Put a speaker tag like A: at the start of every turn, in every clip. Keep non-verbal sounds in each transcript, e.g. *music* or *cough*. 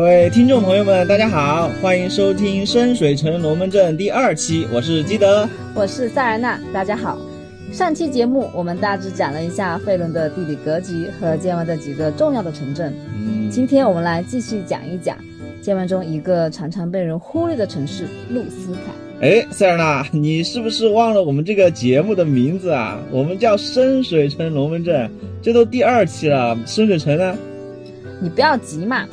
A: 位听众朋友们，大家好，欢迎收听《深水城龙门阵》第二期，我是基德。
B: 我是塞尔娜，大家好。上期节目我们大致讲了一下费伦的地理格局和剑湾的几个重要的城镇，
A: 嗯，
B: 今天我们来继续讲一讲剑湾中一个常常被人忽略的城市——露斯凯。
A: 哎，塞尔纳，你是不是忘了我们这个节目的名字啊？我们叫《深水城龙门阵》，这都第二期了，深水城呢？
B: 你不要急嘛，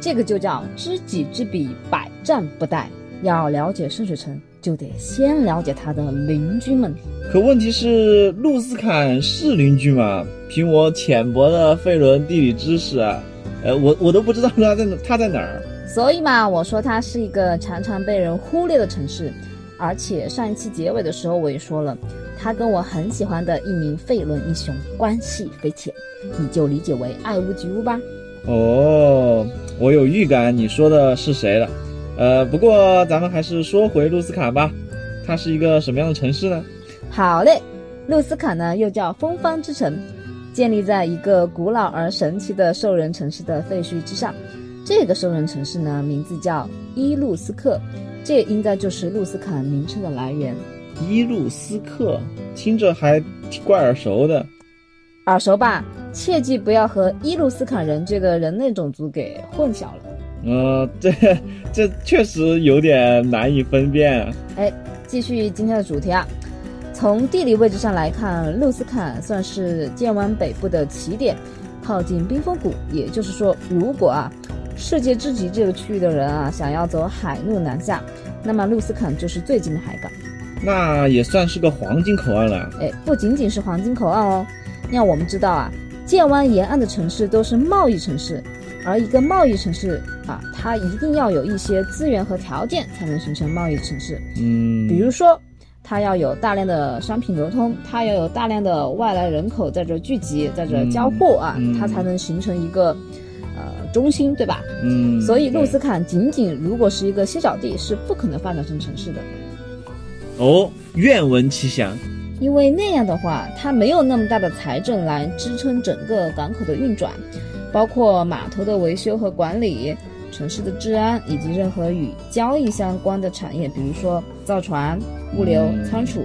B: 这个就叫知己知彼，百战不殆。要了解深水城，就得先了解它的邻居们。
A: 可问题是，路斯坎是邻居吗？凭我浅薄的费伦地理知识啊，呃，我我都不知道他在哪他在哪儿。
B: 所以嘛，我说它是一个常常被人忽略的城市。而且上一期结尾的时候我也说了，它跟我很喜欢的一名费伦英雄关系匪浅，你就理解为爱屋及乌吧。
A: 哦，我有预感你说的是谁了。呃，不过咱们还是说回路斯坎吧，它是一个什么样的城市呢？
B: 好嘞，露斯卡呢又叫风帆之城，建立在一个古老而神奇的兽人城市的废墟之上。这个兽人城市呢，名字叫伊路斯克，这应该就是露斯卡名称的来源。
A: 伊路斯克，听着还怪耳熟的。
B: 耳熟吧？切记不要和伊路斯卡人这个人类种族给混淆了。
A: 呃，这 *laughs* 这确实有点难以分辨啊。
B: 继续今天的主题啊，从地理位置上来看，露斯坎算是剑湾北部的起点，靠近冰峰谷。也就是说，如果啊，世界之极这个区域的人啊，想要走海路南下，那么露斯坎就是最近的海港。
A: 那也算是个黄金口岸了。
B: 哎，不仅仅是黄金口岸哦。要我们知道啊，剑湾沿岸的城市都是贸易城市，而一个贸易城市啊，它一定要有一些资源和条件才能形成贸易城市。
A: 嗯，
B: 比如说，它要有大量的商品流通，它要有大量的外来人口在这聚集，在这交互啊，
A: 嗯嗯
B: 它才能形成一个呃中心，对吧？
A: 嗯，
B: 所以
A: 对
B: 路斯坎仅仅如果是一个歇脚地，是不可能发展成城市的，
A: 哦，愿闻其详。
B: 因为那样的话，它没有那么大的财政来支撑整个港口的运转，包括码头的维修和管理。城市的治安以及任何与交易相关的产业，比如说造船、物流、
A: 嗯
B: 仓储，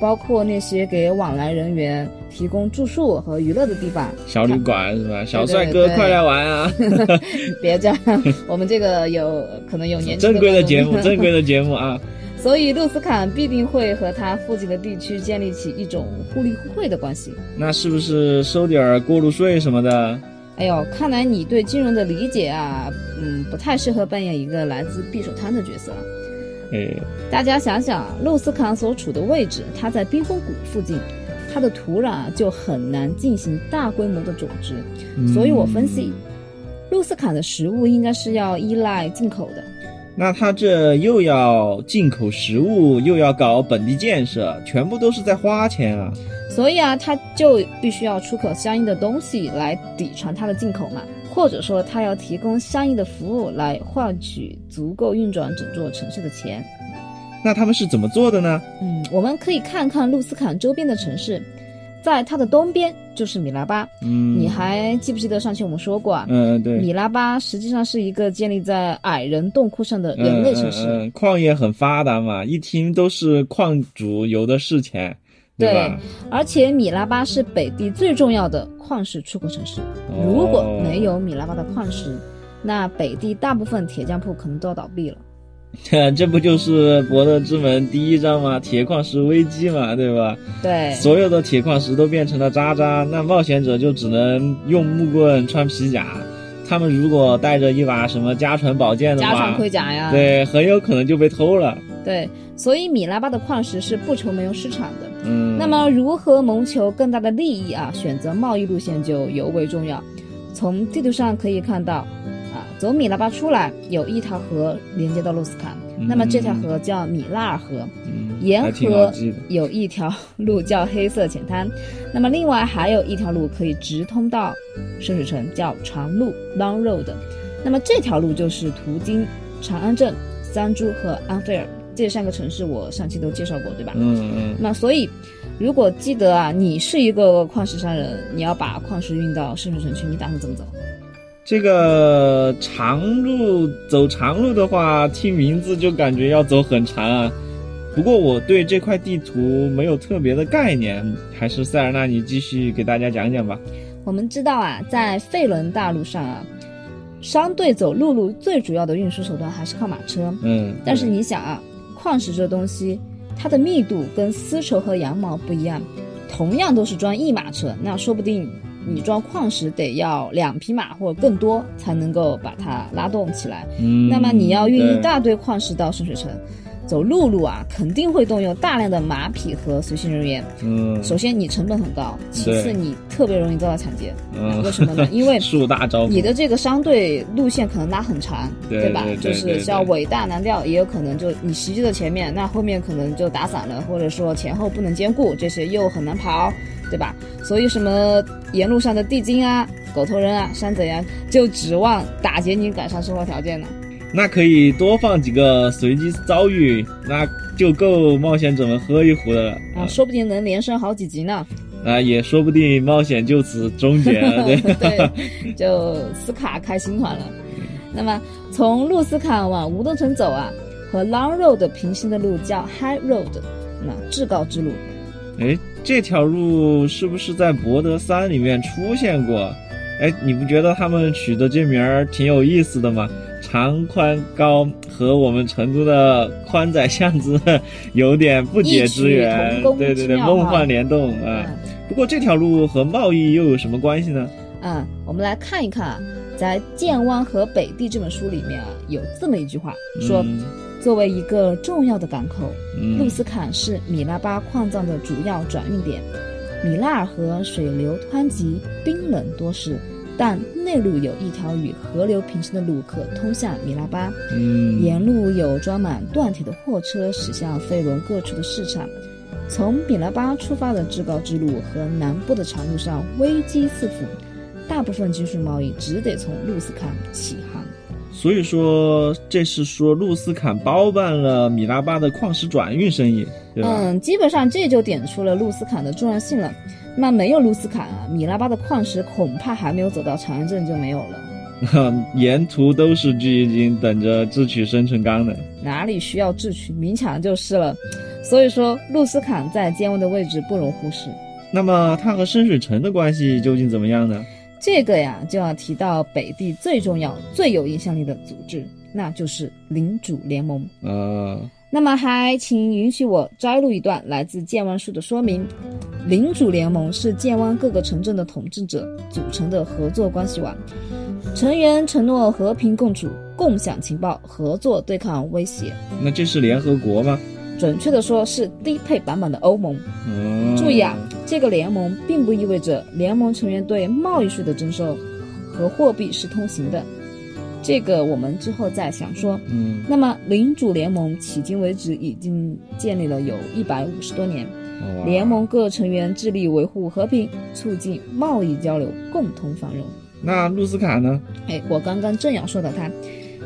B: 包括那些给往来人员提供住宿和娱乐的地方。
A: 小旅馆是吧？小帅
B: 对
A: 哥，
B: 对
A: 快来玩啊！
B: 别这样，我们这个有可能有 *laughs* 年纪
A: 正规的节目，
B: *laughs* 观众
A: 正规的节目啊。
B: 所以路斯坎必定会和它附近的地区建立起一种互利互惠的关系。
A: 那是不是收点儿过路税什么的？
B: 哎呦，看来你对金融的理解啊，嗯，不太适合扮演一个来自匕首滩的角色啊。
A: 哎，
B: 大家想想，露斯坎所处的位置，它在冰峰谷附近，它的土壤啊就很难进行大规模的种植，
A: 嗯
B: 所以我分析，露斯坎的食物应该是要依赖进口的。
A: 那他这又要进口食物，又要搞本地建设，全部都是在花钱啊。
B: 所以啊，它就必须要出口相应的东西来抵偿它的进口嘛，或者说它要提供相应的服务来换取足够运转整座城市的钱。
A: 那他们是怎么做的呢？
B: 嗯，我们可以看看路斯坎周边的城市，在它的东边就是米拉巴。
A: 嗯，
B: 你还记不记得上期我们说过啊？
A: 嗯对，
B: 米拉巴实际上是一个建立在矮人洞窟上的人类城
A: 嗯
B: 市。
A: 嗯嗯矿业很发达嘛，一听都是矿主，有的是钱，
B: 对
A: 吧？
B: 而且米拉巴是北地最重要的矿石出口城市。
A: 哦
B: 如果没有米拉巴的矿石，那北地大部分铁匠铺可能都要倒闭了。
A: 有， *laughs* 这不就是《博德之门》第一章嘛，铁矿石危机嘛，对吧？
B: 对
A: 所有的铁矿石都变成了渣渣，那冒险者就只能用木棍穿皮甲。他们如果带着一把什么家传宝剑的
B: 加上
A: 话，
B: 盔甲呀，
A: 对，很有可能就被偷了。
B: 对所以米拉巴的矿石是不愁没有市场的。
A: 嗯，
B: 那么，如何谋求更大的利益啊？选择贸易路线就尤为重要。从地图上可以看到，啊，走米拉巴出来有一条河连接到洛斯坎，
A: 嗯
B: 那么这条河叫米拉尔河，
A: 嗯
B: 沿
A: 还挺
B: 河
A: 好记的
B: 有一条路叫黑色浅滩，那么另外还有一条路可以直通到深水城，叫长路 （Long Road）。那么这条路就是途经长安镇、三株和安菲尔这三个城市，我上期都介绍过，对吧？
A: 嗯嗯，
B: 那所以，如果记得啊，你是一个矿石商人，你要把矿石运到深水城去，你打算怎么走？
A: 这个长路走长路的话，听名字就感觉要走很长啊。不过我对这块地图没有特别的概念，还是塞尔纳你继续给大家讲讲吧。
B: 我们知道啊，在费伦大陆上啊，商队走陆路最主要的运输手段还是靠马车。
A: 嗯，
B: 但是你想啊，矿石这东西，它的密度跟丝绸和羊毛不一样，同样都是装一马车，那说不定你装矿石得要两匹马或更多才能够把它拉动起来。
A: 嗯，
B: 那么你要运一
A: 对
B: 大堆矿石到深水城，走陆路啊，肯定会动用大量的马匹和随行人员。
A: 嗯
B: 首先你成本很高，其次
A: 对
B: 你特别容易遭到抢劫。
A: 嗯
B: 为什
A: *laughs*
B: 么呢？因为
A: 树大招
B: 你
A: 风，
B: 的这个商队路线可能拉很长，
A: 对
B: 吧
A: 对？对
B: 就是
A: 对
B: 叫
A: 对
B: 尾大难调，也有可能就你袭击的前面，那后面可能就打散了，或者说前后不能兼顾，这些又很难跑，对吧？所以什么沿路上的地精啊、狗头人啊、山贼啊，就指望打劫你改善生活条件了。
A: 那可以多放几个随机遭遇，那就够冒险者们喝一壶的了
B: 啊，说不定能连升好几级呢。，
A: 啊，也说不定冒险就此终结了，啊对
B: *laughs* 对，就斯卡开新团了。那么从路斯卡往吴东城走啊，和 Long Road 平行的路叫 High Road，那至高之路。
A: 哎，这条路是不是在《博德三》里面出现过？哎，你不觉得他们取的这名儿挺有意思的吗？长宽高和我们成都的宽窄巷子 *laughs* 有点不解之
B: 异曲
A: 缘
B: 同，工
A: 对对对，
B: 之妙哈
A: 梦幻联动啊、
B: 嗯
A: 不过这条路和贸易又有什么关系呢？
B: 嗯，我们来看一看啊，在《建湾和北地》这本书里面啊，有这么一句话说，
A: 嗯
B: 作为一个重要的港口，
A: 嗯，
B: 路斯坎是米拉巴矿藏的主要转运点。米拉尔河水流湍急，冰冷多时，但内陆有一条与河流平行的路可通向米拉巴。
A: 嗯，
B: 沿路有装满锻铁的货车驶向飞轮各处的市场。从比拉巴出发的至高之路和南部的长路上危机四伏，大部分军事贸易只得从路斯坎起航。
A: 所以说这是说路斯坎包办了米拉巴的矿石转运生意，对吧？
B: 嗯，基本上这就点出了路斯坎的重要性了。那没有路斯坎啊，米拉巴的矿石恐怕还没有走到长安镇就没有了。嗯
A: *laughs* 沿途都是聚义军等着智取生辰纲的。
B: 哪里需要智取，明抢就是了。 *laughs* 所以说，路斯坎在监卫的位置不容忽视。
A: 那么它和深水城的关系究竟怎么样呢？
B: 这个呀，就要提到北地最重要、最有影响力的组织，那就是领主联盟。
A: 呃，
B: 那么，还请允许我摘录一段来自建湾书的说明：领主联盟是建湾各个城镇的统治者组成的合作关系网，成员承诺和平共处、共享情报、合作对抗威胁。
A: 那这是联合国吗？
B: 准确的说，是低配版本的欧盟。
A: 嗯，
B: 注意啊，这个联盟并不意味着联盟成员对贸易税的征收和货币是通行的，这个我们之后再详说。
A: 嗯，
B: 那么，领主联盟迄今为止已经建立了有一百五十多年，
A: 哇
B: 联盟各成员致力维护和平，促进贸易交流，共同繁荣。
A: 那路斯卡呢？
B: 哎，我刚刚正要说到它，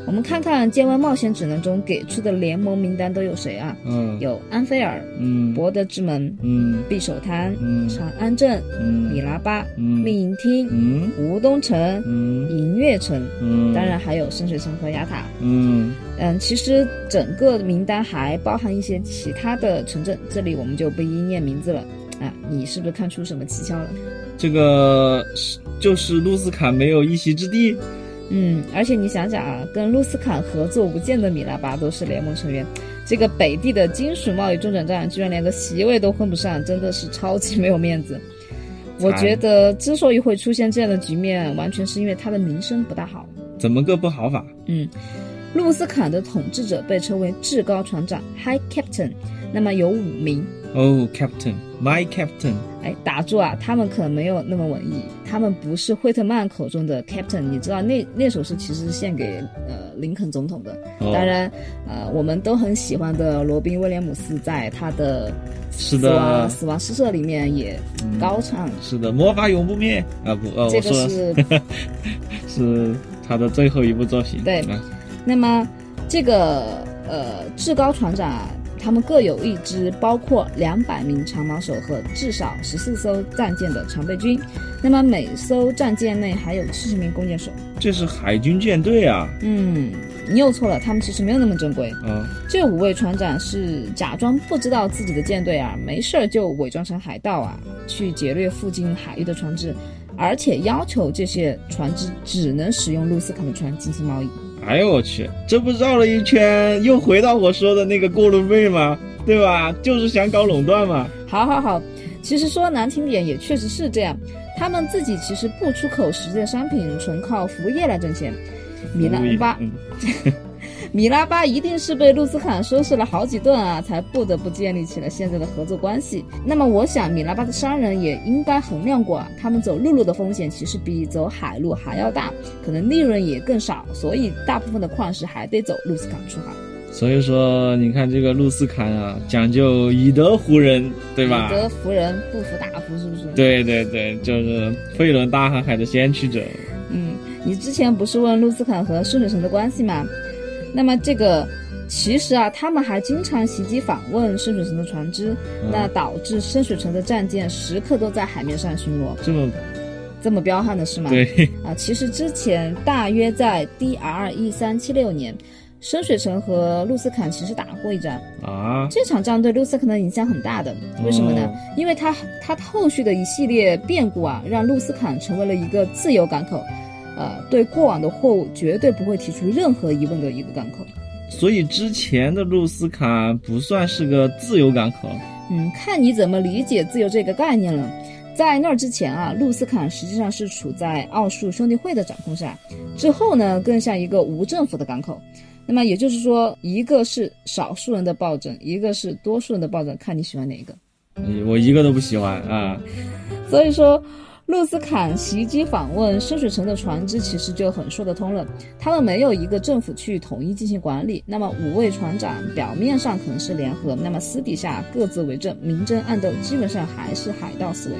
B: 我们看看《建湾冒险指南》中给出的联盟名单都有谁啊？
A: 嗯，
B: 有安菲尔、
A: 嗯，
B: 博德之门、
A: 嗯
B: 匕首滩、
A: 嗯
B: 长安镇、
A: 嗯
B: 米拉巴、
A: 嗯
B: 丽营厅、
A: 嗯
B: 吴东城、
A: 嗯
B: 银月城，
A: 嗯，
B: 当然还有深水城和雅塔。
A: 嗯，
B: 嗯，其实整个名单还包含一些其他的城镇，这里我们就不一一念名字了。啊，你是不是看出什么蹊跷了？
A: 这个是就是路斯卡没有一席之地。
B: 嗯，而且你想想啊，跟卢斯坎合作无间的米拉巴都是联盟成员，这个北地的金属贸易中转站居然连个席位都混不上，真的是超级没有面子。我觉得之所以会出现这样的局面，完全是因为他的名声不大好。
A: 怎么个不好法？
B: 嗯，路斯坎的统治者被称为至高船长 （High Captain），那么有五名。
A: 哦、c a p t a i n m y Captain，
B: 哎，打住啊！他们可没有那么文艺，他们不是惠特曼口中的 Captain。你知道那那首诗其实是献给呃林肯总统的。
A: 哦
B: 当然，呃，我们都很喜欢的罗宾威廉姆斯在他的
A: 是
B: 死亡
A: 的，
B: 死亡诗社里面也高唱。
A: 是的，魔法永不灭啊不，呃，
B: 这
A: 我
B: 个
A: 说的
B: 是 *laughs*
A: 是他的最后一部作品。
B: 对
A: 啊
B: 那么这个呃至高船长啊，他们各有一支包括两百名长矛手和至少十四艘战舰的常备军，那么每艘战舰内还有七十名弓箭手。
A: 这是海军舰队啊，
B: 嗯，你又错了，他们其实没有那么正规。
A: 啊，
B: 这五位船长是假装不知道自己的舰队啊，没事儿就伪装成海盗啊，去劫掠附近海域的船只，而且要求这些船只只能使用路斯港的船进行贸易。
A: 哎呦我去，这不绕了一圈，又回到我说的那个过路费吗？对吧？就是想搞垄断嘛。
B: 好好好，其实说难听点也确实是这样，他们自己其实不出口实际的商品，纯靠服务业来挣钱。米兰巴
A: 嗯
B: 米拉巴一定是被路斯坎收拾了好几顿啊，才不得不建立起了现在的合作关系。那么，我想米拉巴的商人也应该衡量过啊，他们走陆路的风险其实比走海路还要大，可能利润也更少，所以大部分的矿石还得走路斯坎出海。
A: 所以说，你看这个路斯坎啊，讲究以德服人，对吧
B: 以？德服人，不服大服，是不是？
A: 对对对，就是费伦大航海的先驱者。
B: 嗯，你之前不是问路斯坎和顺水城的关系吗？那么这个其实啊，他们还经常袭击访问深水城的船只，
A: 嗯
B: 那导致深水城的战舰时刻都在海面上巡逻，
A: 这么
B: 这么彪悍的是吗？
A: 对，
B: 啊，其实之前大约在 DR 一三七六年。深水城和路斯坎其实打过一战，
A: 啊，
B: 这场仗对路斯坎的影响很大的，为什么呢？
A: 哦
B: 因为他他后续的一系列变故啊，让路斯坎成为了一个自由港口，呃，对过往的货物绝对不会提出任何疑问的一个港口。
A: 所以之前的路斯坎不算是个自由港口。
B: 嗯，看你怎么理解自由这个概念了。在那儿之前啊，路斯坎实际上是处在奥数兄弟会的掌控下，之后呢，更像一个无政府的港口。那么也就是说，一个是少数人的暴政，一个是多数人的暴政，看你喜欢哪一个。
A: 哎我一个都不喜欢啊！
B: 所以说，路斯坎袭击访问深水城的船只其实就很说得通了。他们没有一个政府去统一进行管理，那么五位船长表面上可能是联合，那么私底下各自为政，明争暗斗，基本上还是海盗思维。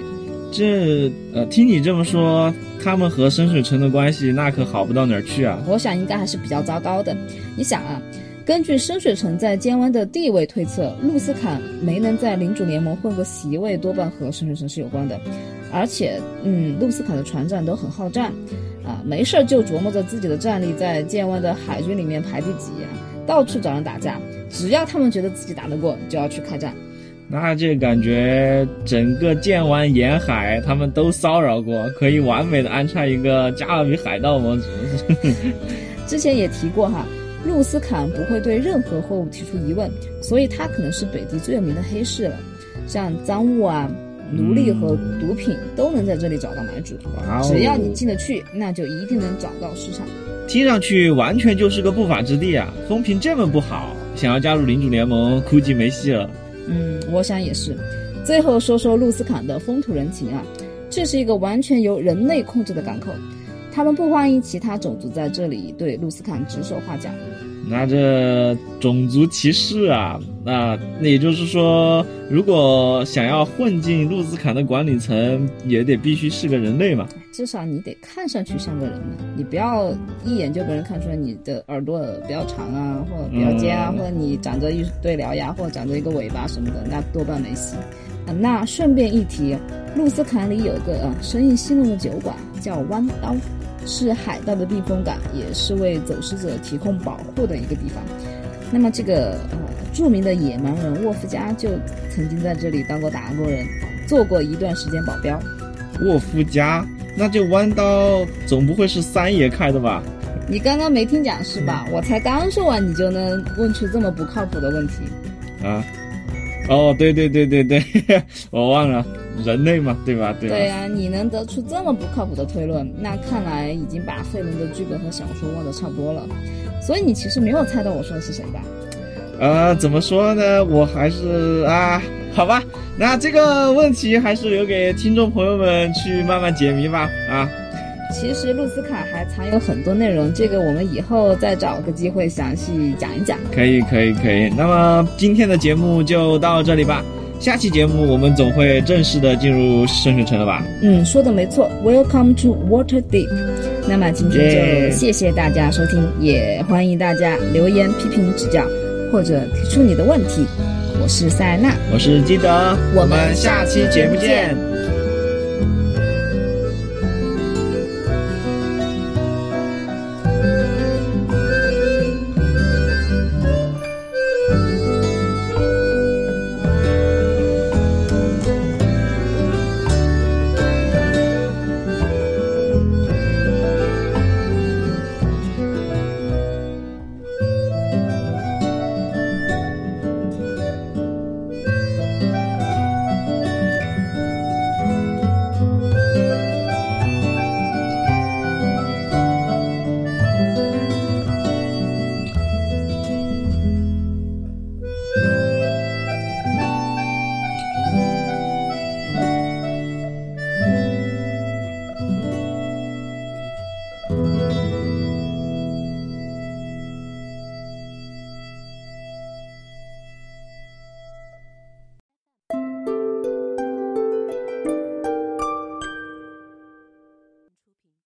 A: 这呃，听你这么说，他们和深水城的关系那可好不到哪儿去啊！
B: 我想应该还是比较糟糕的。你想啊，根据深水城在尖湾的地位推测，路斯坎没能在领主联盟混个席位，多半和深水城是有关的。而且，嗯，路斯坎的船长都很好战，啊，没事儿就琢磨着自己的战力在尖湾的海军里面排第几、啊，到处找人打架。只要他们觉得自己打得过，就要去开战。
A: 那这感觉整个建湾沿海他们都骚扰过，可以完美的安插一个加勒比海盗盟主。
B: 之前也提过哈，路斯坎不会对任何货物提出疑问，所以他可能是北地最有名的黑市了，像赃物啊、奴隶和毒品都能在这里找到买主。
A: 哇哦！
B: 只要你进得去，那就一定能找到市场。
A: 听上去完全就是个不法之地啊！风评这么不好，想要加入领主联盟，估计没戏了。
B: 嗯，我想也是。最后说说路斯坎的风土人情啊，这是一个完全由人类控制的港口，他们不欢迎其他种族在这里对路斯坎指手画脚。
A: 那这种族歧视啊，那那也就是说，如果想要混进路斯坎的管理层，也得必须是个人类嘛。
B: 至少你得看上去像个人嘛，你不要一眼就被人看出来你的耳朵啊比较长啊，或者比较尖啊，
A: 嗯
B: 或者你长着一对獠牙，或者长着一个尾巴什么的，那多半没戏。啊，那顺便一提，路斯坎里有个呃生意兴隆的酒馆叫弯刀，是海盗的避风港，也是为走失者提供保护的一个地方。那么这个呃著名的野蛮人沃夫加就曾经在这里当过打工人，做过一段时间保镖。
A: 沃夫加，那这弯刀总不会是三爷开的吧？
B: 你刚刚没听讲是吧？我才刚说完，你就能问出这么不靠谱的问题。
A: 啊，哦，对对对对 *laughs* 对，我忘了，人类嘛，对吧？对吧？啊
B: 对呀、你能得出这么不靠谱的推论，那看来已经把费伦的剧本和小说忘得差不多了。所以你其实没有猜到我说的是谁吧？
A: 呃，怎么说呢？我还是啊，好吧，那这个问题还是留给听众朋友们去慢慢解谜吧。啊，
B: 其实路斯卡还藏有很多内容，这个我们以后再找个机会详细讲一讲。
A: 可以，可以，可以。那么今天的节目就到这里吧。下期节目我们总会正式的进入深水城了吧？
B: 嗯，说的没错，Welcome to Water Deep。那么今天
A: Yeah
B: 就谢谢大家收听，也欢迎大家留言批评指教，或者提出你的问题。我是塞安娜。
A: 我是基德，
B: 我们
A: 们下期节目见。